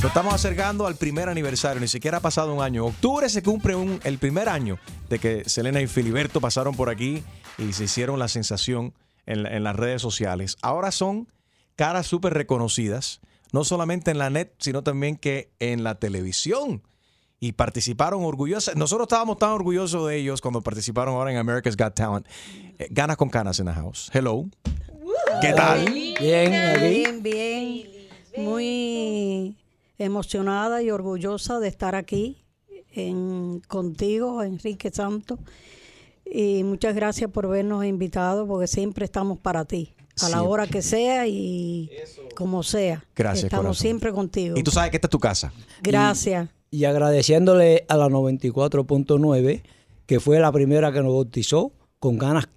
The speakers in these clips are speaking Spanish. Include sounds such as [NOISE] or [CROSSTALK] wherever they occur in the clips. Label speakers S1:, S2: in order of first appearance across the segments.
S1: Nos estamos acercando al primer aniversario, ni siquiera ha pasado un año. En octubre se cumple un- el primer año de que Selena y Filiberto pasaron por aquí y se hicieron la sensación en, la- en las redes sociales. Ahora son caras súper reconocidas, no solamente en la net, sino también que en la televisión. Y participaron orgullosas. Nosotros estábamos tan orgullosos de ellos cuando participaron ahora en America's Got Talent. Eh, Ganas con canas en la house. Hello. ¿Qué tal?
S2: Bien, aquí.
S3: Bien, bien. Muy emocionada y orgullosa de estar aquí en- contigo, Enrique Santos. Y muchas gracias por vernos invitados, porque siempre estamos para ti, a la
S1: Siempre.
S3: hora que sea y como sea.
S1: Gracias,
S3: Estamos
S1: corazón.
S3: siempre contigo.
S1: Y tú sabes que esta es tu casa.
S3: Gracias.
S2: Y agradeciéndole a la 94.9, que fue la primera que nos bautizó con ganas.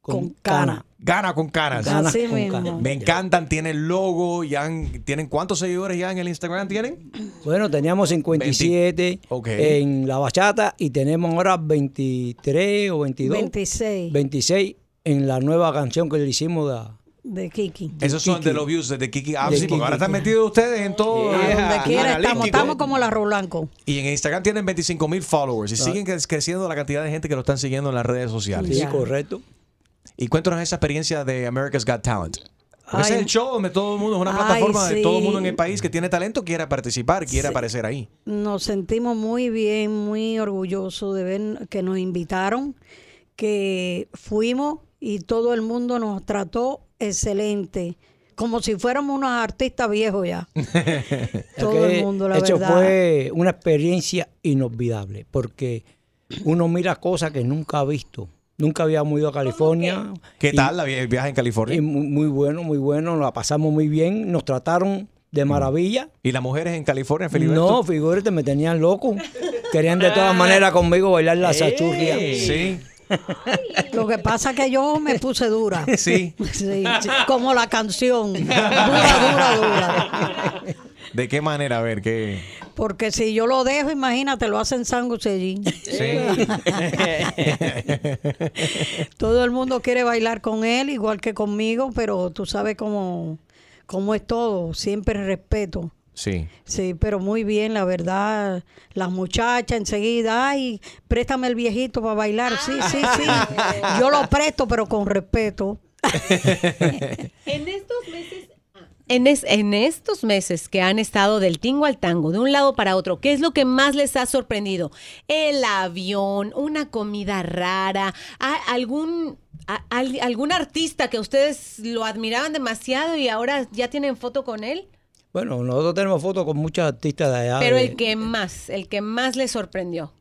S3: Con cana.
S1: Gana con canas.
S2: Ganas
S3: Así
S2: con
S3: mismo.
S2: canas.
S1: Me encantan, tienen logo, ya han- tienen cuántos seguidores ya en el Instagram tienen?
S2: Bueno, teníamos 57
S1: Ok.
S2: en la bachata y tenemos ahora 23 o 22.
S3: 26
S2: 26 en la nueva canción que le hicimos a...
S3: de Kiki.
S1: Esos son
S2: Kiki.
S1: de los views de Kiki Apps,
S2: De
S1: sí, porque ahora
S2: Kiki.
S1: están metidos ustedes en todo.
S3: A donde quiera estamos,
S1: Eh, analítico.
S3: estamos como la Rolanco.
S1: Y en Instagram tienen 25 mil followers y siguen cre- creciendo la cantidad de gente que lo están siguiendo en las redes sociales.
S2: Sí,
S3: Ya.
S2: correcto.
S1: Y cuéntanos esa experiencia de America's Got Talent. Porque ese
S3: Ay.
S1: es el show donde todo el mundo, es una
S3: Ay,
S1: plataforma de
S3: sí.
S1: todo el mundo en el país que tiene talento, quiere participar, quiere aparecer ahí.
S3: Nos sentimos muy bien, muy orgullosos de ver que nos invitaron, que fuimos y todo el mundo nos trató excelente, como si fuéramos unos artistas viejos ya. todo
S2: Que
S3: el mundo, la
S2: eso
S3: verdad.
S2: fue una experiencia inolvidable, porque uno mira cosas que nunca ha visto. Nunca habíamos ido a California.
S1: ¿Qué
S2: y-
S1: tal la vi- el viaje en California?
S2: Y
S1: Y,
S2: mu- muy, bueno, muy bueno, la pasamos muy bien, nos trataron de maravilla.
S1: las mujeres en California, Mm. Filiberto? Ah.
S2: No, figúrate, me tenían loco. Querían de todas maneras conmigo bailar la sachurria.
S1: Eh. Sí,
S3: Lo que pasa es que yo me puse dura.
S1: sí.
S3: Sí, sí, como la canción. Dura, dura, dura.
S1: ¿De qué manera? A ver, ¿qué...?
S3: Porque si yo lo dejo, imagínate, lo hacen sándwich allí.
S1: Sí.
S3: Todo el mundo quiere bailar con él, igual que conmigo, pero tú sabes cómo, cómo es todo, siempre respeto.
S1: Sí.
S3: Sí, pero muy bien, la verdad. Las muchachas enseguida, ay, préstame el viejito para bailar. Sí, sí, sí. Yo lo presto, pero con respeto.
S4: En estos meses. ah. En, es- en estos meses que han estado del tingo al tango, de un lado para otro, ¿qué es lo que más les ha sorprendido? El avión, una comida rara, a- algún, a- al- algún artista que ustedes lo admiraban demasiado y ahora ya tienen foto con él.
S2: Bueno, nosotros tenemos fotos con muchos artistas de allá.
S4: Pero
S2: de-
S4: el
S1: eh,
S4: que más, el que más les sorprendió.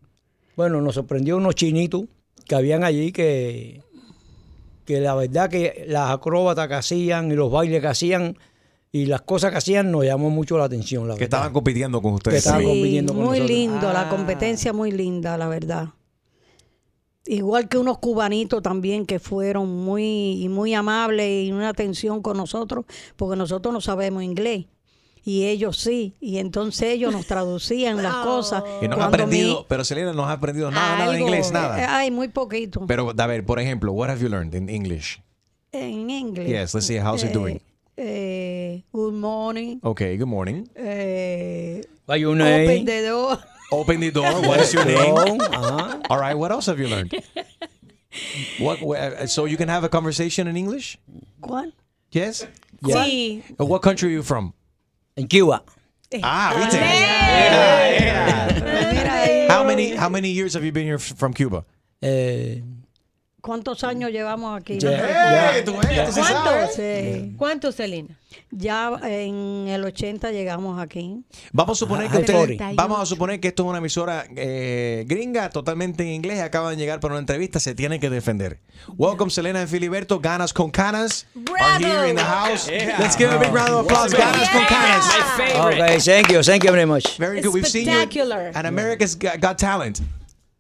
S2: Bueno, nos sorprendió unos chinitos que habían allí que, que la verdad que las acróbatas que hacían y los bailes que hacían y las cosas que hacían nos llamó mucho la atención. La
S1: Que
S2: verdad.
S1: estaban compitiendo con
S2: Que
S1: ustedes.
S2: estaban
S1: Sí. Ah.
S3: Sí,
S2: compitiendo con
S3: muy
S2: nosotros.
S3: lindo, la competencia muy linda, la verdad. Igual que unos cubanitos también que fueron muy y muy amables y una atención con nosotros, porque nosotros no sabemos inglés y ellos sí, y entonces ellos nos traducían las
S1: [LAUGHS]
S3: cosas.
S1: Que no ha
S3: Cuando mi-
S1: aprendido, pero Selena no ha aprendido nada, nada de
S4: Algo.
S1: inglés,
S3: Eh,
S1: nada.
S3: Ay, muy poquito
S1: Pero, a ver, por ejemplo, what have you learned in English?
S3: en inglés.
S1: Yes, let's see, how's it
S3: Eh,
S1: doing?
S3: eh, good morning.
S1: Okay, good morning.
S3: eh,
S2: Why your
S3: open
S2: name?
S3: the door. [LAUGHS]
S1: Open the door, what is
S2: [LAUGHS]
S1: your name?
S2: Perdón, ajá.
S1: All right, what else have you learned? What, wh- uh, so you can have a conversation in English?
S3: ¿Cuál?
S1: Yes?
S2: Ya.
S4: Sí.
S1: Uh, What country are you from?
S2: En Cuba.
S1: Ah, viste. Yeah, yeah.
S3: Mira eh, ahí.
S1: How many how many years have you been here f- from Cuba?
S2: Eh,
S3: ¿Cuántos años llevamos aquí?
S2: Ya,
S1: ¡Ey,
S2: ya.
S1: Eh, tú ves, tú sí
S4: ¿Cuánto?
S1: sabes!
S3: Sí.
S4: ¿Cuánto, Celina?
S3: Ya en el 80 llegamos aquí.
S1: Vamos a suponer que
S2: Ah,
S1: ustedes-
S2: 38.
S1: vamos a suponer que esto es una emisora eh, gringa, totalmente en inglés, acaban de llegar para una entrevista, se tienen que defender. Welcome Selena and Filiberto, ganas con canas. Are
S4: Bravo.
S1: here in the house. Let's give a big round of applause. Ganas con canas.
S2: Okay, thank you, thank you very much.
S1: Very good. We've seen you.
S4: Spectacular.
S1: [LAUGHS] And America's Got, Got Talent.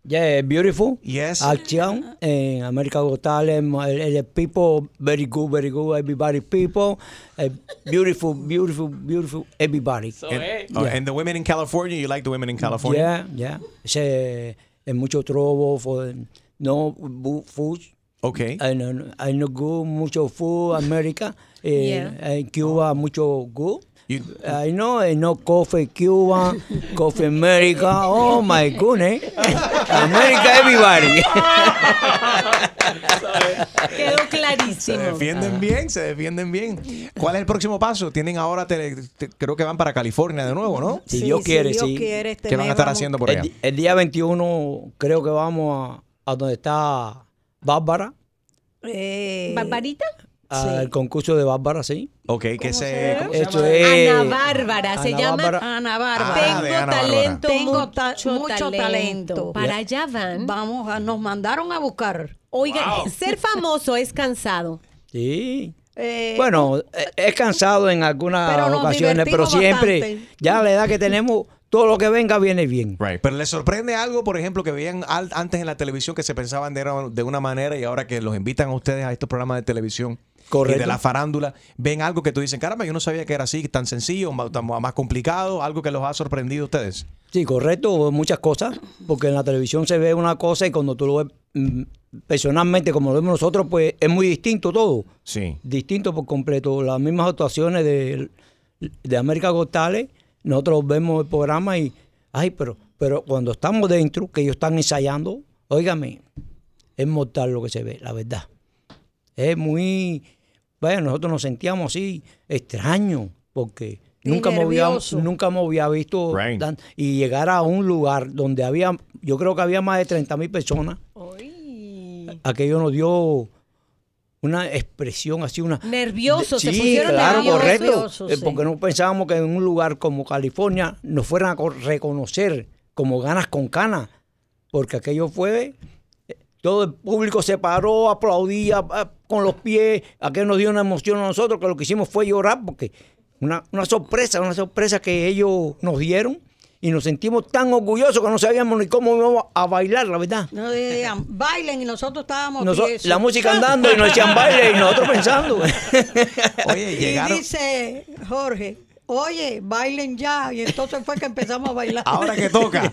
S2: Yeah, beautiful.
S1: Yes.
S2: Action in America Got Talent. eh, The people very good, very good. Everybody people, eh, beautiful, beautiful, beautiful. Everybody.
S1: And, oh, and the women in California, you like the women in California?
S2: yeah, yeah. Se, es mucho trobo for no bu- food.
S1: Okay.
S2: I know, I know good mucho food America. Eh,
S4: Yeah.
S2: En Cuba mucho good.
S1: You-
S2: I know, I know eh, coffee Cuba, coffee America. Oh my goodness. America everybody.
S4: Quedó clarísimo.
S1: defienden bien, se defienden bien. ¿Cuál es el próximo paso? Tienen ahora, te- te- creo que van para California de nuevo, ¿no?
S2: Si Dios quiere,
S3: si Dios
S2: sí.
S3: quiere, este
S1: ¿Qué van a
S3: mes
S1: estar
S3: vamos-
S1: haciendo por
S2: El,
S1: allá?
S2: di- el día 21 creo que vamos a, a donde está Bárbara,
S3: Eh,
S4: ¿Barbarita?
S2: al concurso de Bárbara, sí.
S1: Ok, que se... ¿cómo se
S2: Esto
S1: Eh,
S2: es
S4: Ana Bárbara. Se
S2: Ana
S4: llama
S2: Bárbara.
S3: Ana Bárbara.
S1: Ah, de
S4: Tengo
S1: Ana Bárbara.
S4: talento,
S3: Tengo
S4: mucho,
S3: ta- mucho talento.
S4: Para allá van.
S3: Vamos, a- nos mandaron a buscar.
S4: Oiga, [LAUGHS] ser famoso es cansado.
S2: Sí.
S3: Eh,
S2: Bueno, eh, es cansado en algunas
S3: Pero nos
S2: ocasiones, pero
S3: divertimos
S2: siempre,
S3: bastante.
S2: ya a la edad que tenemos, todo lo que venga viene bien.
S1: Right. Pero les sorprende algo, por ejemplo, que veían al- antes en la televisión que se pensaban de, era- de una manera y ahora que los invitan a ustedes a estos programas de televisión
S2: Correcto.
S1: y de la farándula, ven algo que tú dicen, caramba, yo no sabía que era así, tan sencillo, ma- tan- más, complicado, algo que los ha sorprendido a ustedes.
S2: Sí, correcto, muchas cosas, porque en la televisión se ve una cosa y cuando tú lo ves mm, personalmente como lo vemos nosotros, pues es muy distinto todo.
S1: Sí.
S2: distinto por completo. Las mismas actuaciones de, de América Gotales, nosotros vemos el programa y, ay, pero, pero cuando estamos dentro, que ellos están ensayando, óigame, es mortal lo que se ve, la verdad. Es muy, bueno, nosotros nos sentíamos así extraños, porque
S3: Y
S2: nunca me, había,
S3: nervioso.
S2: nunca me había visto
S1: Right.
S2: tan- y llegar a un lugar donde había, yo creo que había más de 30 mil personas, aquello nos dio una expresión así, una,
S4: Nerviosos, se
S2: sí,
S4: pusieron
S2: claro,
S4: nerviosos.
S2: correcto.
S3: Nerviosos,
S2: Eh,
S3: sí.
S2: Porque no pensábamos que en un lugar como California nos fueran a co- reconocer como ganas con canas. Porque aquello fue. eh, Todo el público se paró, aplaudía ah, con los pies. Aquello nos dio una emoción a nosotros que lo que hicimos fue llorar porque una, una sorpresa, una sorpresa que ellos nos dieron y nos sentimos tan orgullosos que no sabíamos ni cómo íbamos a bailar, la verdad.
S3: No digan, bailen y nosotros estábamos
S2: Noso-
S3: tiesos.
S2: la música andando y nos echan baile y nosotros pensando. [LAUGHS]
S1: Oye,
S3: Y
S1: llegaron...
S3: dice Jorge, oye, bailen ya. Y entonces fue que empezamos a bailar.
S1: Ahora
S3: [LAUGHS]
S1: que toca.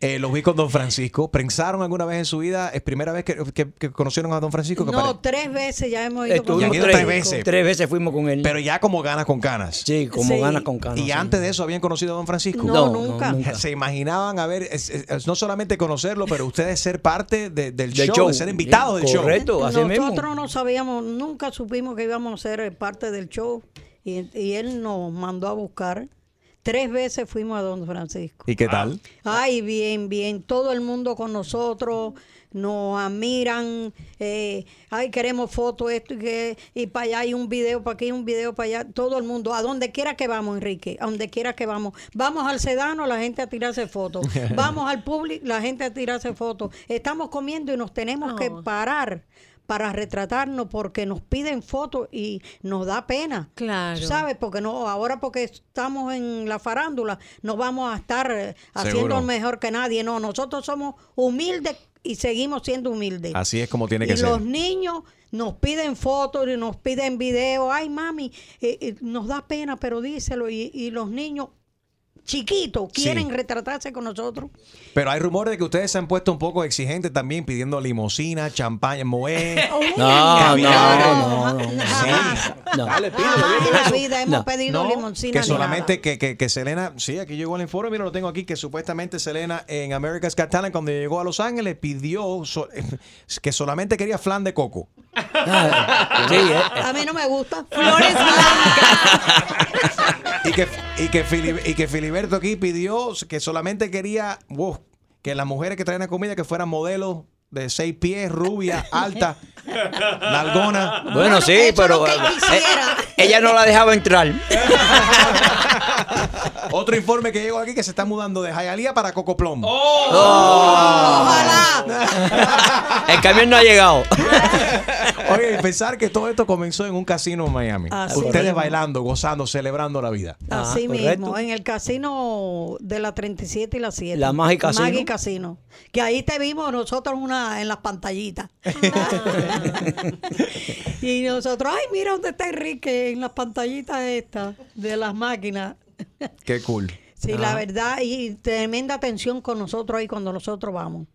S1: Eh, los vi con Don Francisco. ¿Pensaron alguna vez en su vida? ¿Es primera vez que, que- que conocieron a Don Francisco? Que
S3: No,
S1: pare-
S3: tres veces ya hemos ido con
S1: Ya
S2: Estuvimos
S1: han ido
S2: tres,
S1: tres veces.
S2: tres veces fuimos con él.
S1: Pero ya como ganas con canas.
S2: sí, como
S3: Sí.
S2: ganas con canas.
S1: y
S2: sí.
S1: antes de eso habían conocido a Don Francisco.
S3: No,
S2: No, no,
S3: nunca.
S2: nunca.
S1: Se imaginaban a ver, es- es- es no solamente conocerlo, pero ustedes ser parte de- del
S2: Del
S1: show,
S2: show.
S1: de ser invitados del
S2: Correcto. así mismo.
S3: Nosotros no sabíamos, nunca supimos que íbamos a ser parte del show. Y, y él nos mandó a buscar. Tres veces fuimos a Don Francisco.
S1: show. ¿Y qué tal?
S2: Ah,
S3: Ay, bien, bien. Todo el mundo con nosotros. Nos admiran. eh, ay, queremos fotos, esto y que. Y para allá hay un video, para aquí hay un video, para allá. Todo el mundo. A donde quiera que vamos, Enrique. A donde quiera que vamos. Vamos al sedano, la gente a tirarse fotos. Vamos al público, la gente a tirarse fotos. Estamos comiendo y nos tenemos que parar para retratarnos porque nos piden fotos y nos da pena.
S4: Claro.
S3: ¿Sabes? ¿sabes? Porque no, ahora porque estamos en la farándula, no vamos a estar eh, haciendo
S1: Seguro.
S3: mejor que nadie. No, nosotros somos humildes y seguimos siendo
S2: eh,
S3: humildes.
S1: Así es como tiene
S3: y
S1: que ser.
S3: los niños nos piden fotos y nos piden videos. Ay, mami, eh, eh, nos da pena, pero díselo. Y, y los niños chiquitos
S1: Sí.
S3: quieren retratarse con nosotros.
S1: Pero hay rumores de que ustedes se han puesto un poco exigentes también, pidiendo limosina, champaña,
S2: [LAUGHS]
S1: moé.
S2: No, no,
S1: Caviar.
S2: no, no, no.
S3: Jamás.
S2: No.
S3: Jamás en la vida hemos
S2: No.
S3: pedido
S1: No,
S3: limoncina.
S1: que
S3: ni
S1: solamente
S3: nada.
S1: que, que, que Selena, sí, aquí llegó el informe, mira, lo tengo aquí, que supuestamente Selena en America's Got Talent, cuando llegó a Los Ángeles, pidió so- [LAUGHS] que solamente quería flan de coco.
S2: Nada. Sí, eh,
S3: A mí no me gusta.
S4: Flores blancas.
S1: Y que, y, que Fili- y que Filiberto aquí pidió que solamente quería wow, que las mujeres que traían la comida que fueran modelos de seis pies,
S3: [LAUGHS]
S1: rubia, alta, nalgona.
S5: Bueno, sí,
S3: eso es
S5: pero
S3: lo que él
S5: eh,
S3: [LAUGHS] quisiera.
S5: eh, ella no la dejaba entrar.
S1: Otro informe que llegó aquí que se está mudando de Jayalía para Cocoplom.
S5: El camión no ha llegado.
S1: [LAUGHS] Oye, y pensar que todo esto comenzó en un casino en Miami.
S3: Así
S1: Ustedes
S3: mismo.
S1: bailando, gozando, celebrando la vida.
S3: Así
S2: correcto.
S3: mismo, en el casino de la 37 y la 7.
S2: La Magic Casino.
S3: Magic Casino. Que ahí te vimos nosotros una, en las pantallitas. [LAUGHS] y nosotros, ay, mira dónde está Enrique, en las pantallitas estas de las máquinas.
S1: Qué cool.
S3: Sí, la verdad, y tremenda atención con nosotros ahí cuando nosotros vamos.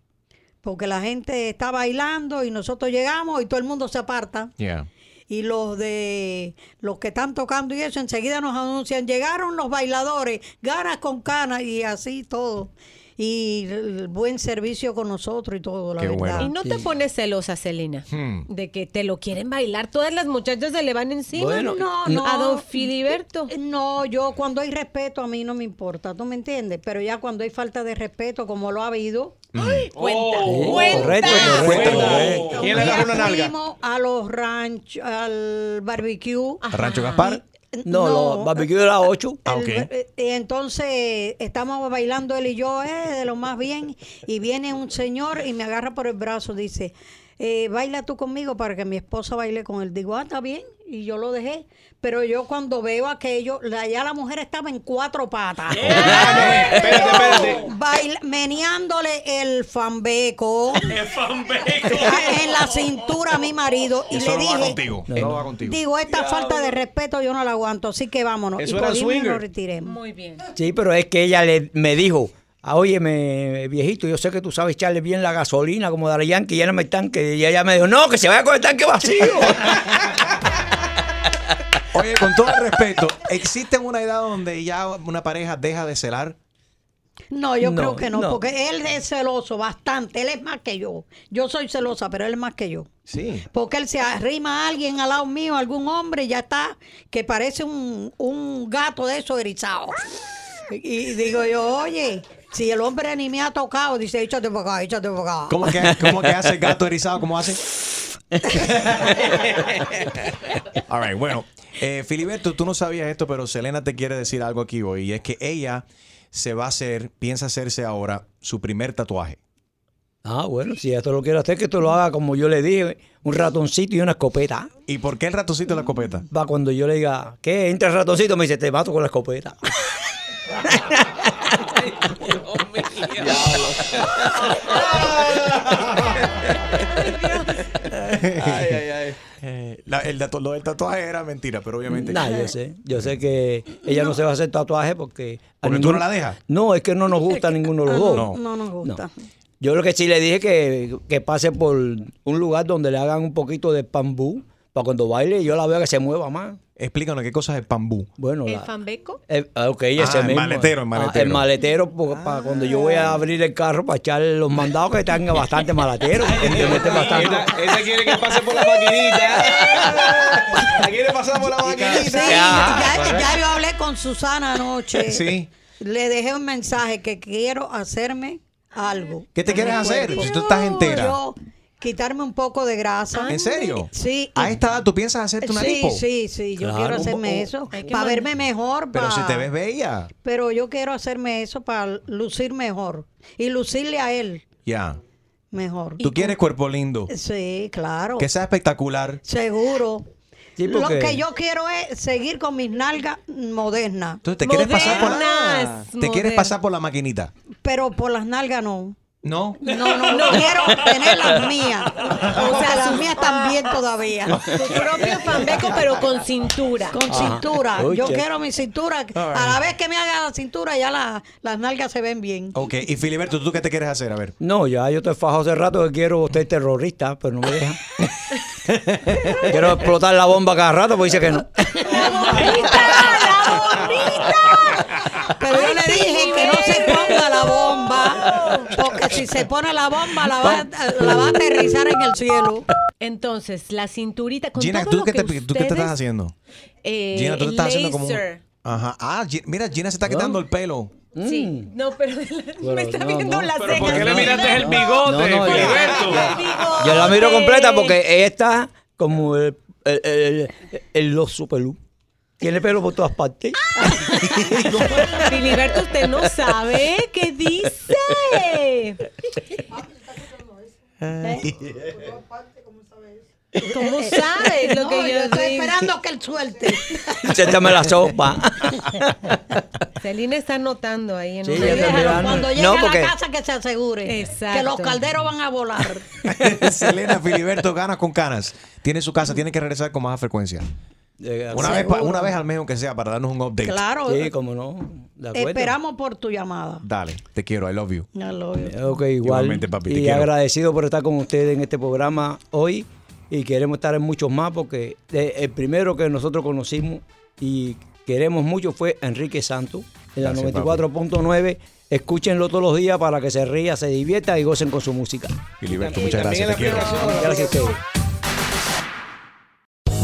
S3: Porque la gente está bailando y nosotros llegamos y todo el mundo se aparta.
S1: Yeah.
S3: Y los de los que están tocando y eso enseguida nos anuncian, llegaron los bailadores, ganas con canas y así todo. Y el buen servicio con nosotros y todo, la
S1: Qué
S3: verdad.
S1: bueno.
S4: Y no te pones celosa, Celina,
S1: Hmm.
S4: de que te lo quieren bailar. Todas las muchachas se le van encima.
S5: Bueno,
S3: No, no. Eh,
S4: A don Filiberto.
S3: No, yo cuando hay respeto a mí no me importa, ¿tú me entiendes? Pero ya cuando hay falta de respeto, como lo ha habido,
S1: Mm. Oh.
S4: Cuenta.
S2: Sí,
S4: cuenta.
S2: correcto, correcto, correcto.
S1: Eh, ¿Quién le agarró una nalga?
S3: fuimos a los ranchos, al barbecue.
S1: Rancho Gaspar.
S2: No, los barbecue era 8.
S1: Ah,
S3: El-
S1: ok.
S3: eh, eh, entonces estamos bailando él y yo, eh, de lo más bien, y viene un señor y me agarra por el brazo, dice, eh, baila tú conmigo para que mi esposa baile con él. Digo, ah, está bien, y yo lo dejé. Pero yo cuando veo aquello, la, ya la mujer estaba en cuatro patas.
S6: Eh, Espérate, espérate.
S3: Baila- meneándole el fambeco
S6: El fanbeco.
S3: en la cintura a mi marido y
S1: Eso
S3: le
S1: no va
S3: dije
S1: contigo. No va contigo.
S3: digo esta falta de respeto yo no la aguanto así que vámonos
S6: Eso
S3: y
S6: era
S3: cogimos y
S6: swinger.
S3: nos retiremos
S4: Muy bien.
S2: Sí, pero es que ella le, me dijo, "Ah, óyeme, viejito, yo sé que tú sabes echarle bien la gasolina como Daddy Yankee, lléname el tanque. Y ella me dijo, no, que se vaya con el tanque vacío.
S1: Oye, Eh, con todo el respeto, ¿existe una edad donde ya una pareja deja de celar?
S3: No, yo
S2: No,
S3: creo que no,
S2: no.
S3: porque él es celoso bastante, él es más que yo. Yo soy celosa, pero él es más que yo.
S1: Sí.
S3: Porque él se arrima a alguien al lado mío, algún hombre, y ya está, que parece un, un gato de esos erizados. Y digo yo, oye, si el hombre ni me ha tocado, dice, échate para acá, échate para acá.
S1: ¿Cómo que, cómo que hace el gato erizado? ¿Cómo hace? All right, bueno. Eh, Filiberto, tú no sabías esto, pero Selena te quiere decir algo aquí hoy. Y es que ella se va a hacer, piensa hacerse ahora su primer tatuaje.
S2: ah, bueno, si esto lo quiero hacer, que esto lo haga como yo le dije, un ratoncito y una escopeta.
S1: ¿Y por qué el ratoncito de la escopeta?
S2: Va cuando yo le diga, ¿qué? Entra el ratoncito, me dice, te mato con la escopeta.
S1: Eh, la- el tatu- lo del tatuaje era mentira, pero obviamente.
S2: Nah, yo sé, yo sé que ella no, se va a hacer tatuaje porque...
S1: Porque
S2: a
S1: tú
S2: ninguno-
S1: no la dejas.
S2: No, es que no nos gusta a ninguno de los dos.
S3: no, no nos gusta.
S2: Yo lo que sí le dije que, que pase por un lugar donde le hagan un poquito de pambú para cuando baile yo la veo que se mueva más.
S1: Explícanos qué cosa es el pambú.
S2: Bueno,
S4: El
S2: la-
S4: fanbeco.
S2: el- ah, ok, ese
S1: Ah, el
S2: mismo.
S1: maletero, el
S2: Ah,
S1: maletero.
S2: el maletero po-
S3: Ah.
S2: para cuando yo voy a abrir el carro para echar los mandados que tenga
S1: [LAUGHS]
S2: bastante maletero. porque me meten bastante.
S6: Esa, esa quiere que pase por la maquinita. La quiere pasar por la
S3: Sí,
S6: maquinita.
S3: ya, ya yo hablé con Susana
S1: [LAUGHS]
S3: anoche.
S1: Sí.
S3: Le dejé un mensaje que quiero hacerme algo.
S1: ¿Qué te
S3: con
S1: quieres
S3: mi
S1: hacer?
S3: cuerpo.
S1: Pues tú estás entera.
S3: Yo quitarme un poco de grasa.
S1: ¿En serio?
S3: Sí.
S1: A
S3: y-
S1: esta edad tú piensas hacerte una
S3: sí,
S1: lipo.
S3: sí, sí, yo quiero hacerme eso para verme mejor,
S1: Pero
S3: pa-
S1: si te ves bella.
S3: pero yo quiero hacerme eso para lucir mejor y lucirle a él
S1: Ya.
S3: mejor.
S1: Tú quieres cuerpo lindo.
S3: Sí, claro.
S1: Que sea espectacular.
S3: Seguro.
S2: Sí,
S3: Lo
S2: porque-
S3: que yo quiero es seguir con mis nalgas modernas,
S1: Entonces, ¿te quieres pasar por
S4: Modernas,
S1: Te quieres
S4: modernas.
S1: pasar por la maquinita.
S3: pero por las nalgas no.
S1: No.
S3: No, no, no quiero tener las mías. O sea, las mías también todavía.
S4: Tu propio fanbeco, pero con cintura.
S3: Con cintura.
S2: Uy,
S3: Yo
S2: che.
S3: quiero mi cintura. A la vez que me haga la cintura, ya la- las nalgas se ven bien.
S1: Ok. Y Filiberto, ¿tú qué te quieres hacer? A ver.
S2: No, ya yo te fajo hace rato que quiero ser terrorista, pero no me
S3: [LAUGHS]
S2: dejan. quiero explotar la bomba cada rato, pues dice que no.
S3: Pero yo le dije que no se ponga la bomba, porque si se pone la bomba, la va, la va a aterrizar en el cielo.
S4: Entonces, la cinturita con
S1: Gina,
S4: todo
S1: ¿tú
S4: lo
S1: qué, te,
S4: que
S1: tú qué te estás
S4: ustedes-
S1: haciendo?
S4: Eh,
S1: Gina, tú te
S4: el
S1: estás haciendo como. un-
S4: laser. [LAUGHS]
S1: Ajá. Ah, Gi- mira, Gina se está quitando el pelo.
S4: Sí, no, pero [LAUGHS] me está
S2: no,
S4: viendo
S2: no.
S4: las
S7: Pero ¿por
S4: cejas.
S7: qué le
S4: No,
S7: miraste
S4: no,
S7: el
S4: no.
S7: bigote,
S2: No, no, yo-
S7: Filiberto?
S4: Bigote.
S8: Yo la miro completa porque ella está como el, el, el, el oso pelú.
S2: Tiene pelo por todas partes.
S3: Ah.
S2: [LAUGHS]
S4: Filiberto, usted no sabe qué dice. ¿Cómo sabe lo
S3: No,
S4: que
S3: yo,
S4: yo,
S3: estoy
S4: digo?
S3: esperando que él suelte.
S8: Sétame la sopa.
S3: [LAUGHS]
S4: Celina está anotando ahí en
S8: Sí,
S4: una-
S8: ya está
S3: Déjalo,
S8: mirando.
S3: cuando llegue
S8: No,
S3: a
S8: porque-
S3: la casa que se asegure
S4: Exacto.
S3: que los calderos van a
S8: [LAUGHS]
S3: volar.
S1: Selena Filiberto gana con canas. Tiene su casa, tiene que regresar con más frecuencia. Una vez, pa- una vez al mes, aunque sea, para darnos un update.
S3: Claro.
S2: Sí, como no. De acuerdo.
S3: Esperamos por tu llamada.
S1: Dale, te quiero, I love you.
S3: I love you.
S2: Ok, igual.
S1: Igualmente, papi, te
S2: y
S1: quiero.
S2: agradecido por estar con ustedes en este programa hoy. Y queremos estar en muchos más porque eh, el primero que nosotros conocimos y queremos mucho fue Enrique Santos en la
S1: Gracias,
S2: 94.9. Escúchenlo todos los días para que se ría, se divierta y gocen con su música.
S1: Filiberto,
S7: Y
S1: muchas
S7: también
S1: gracias, te
S7: en
S1: quiero.
S7: la aplicación.
S2: Gracias a ustedes.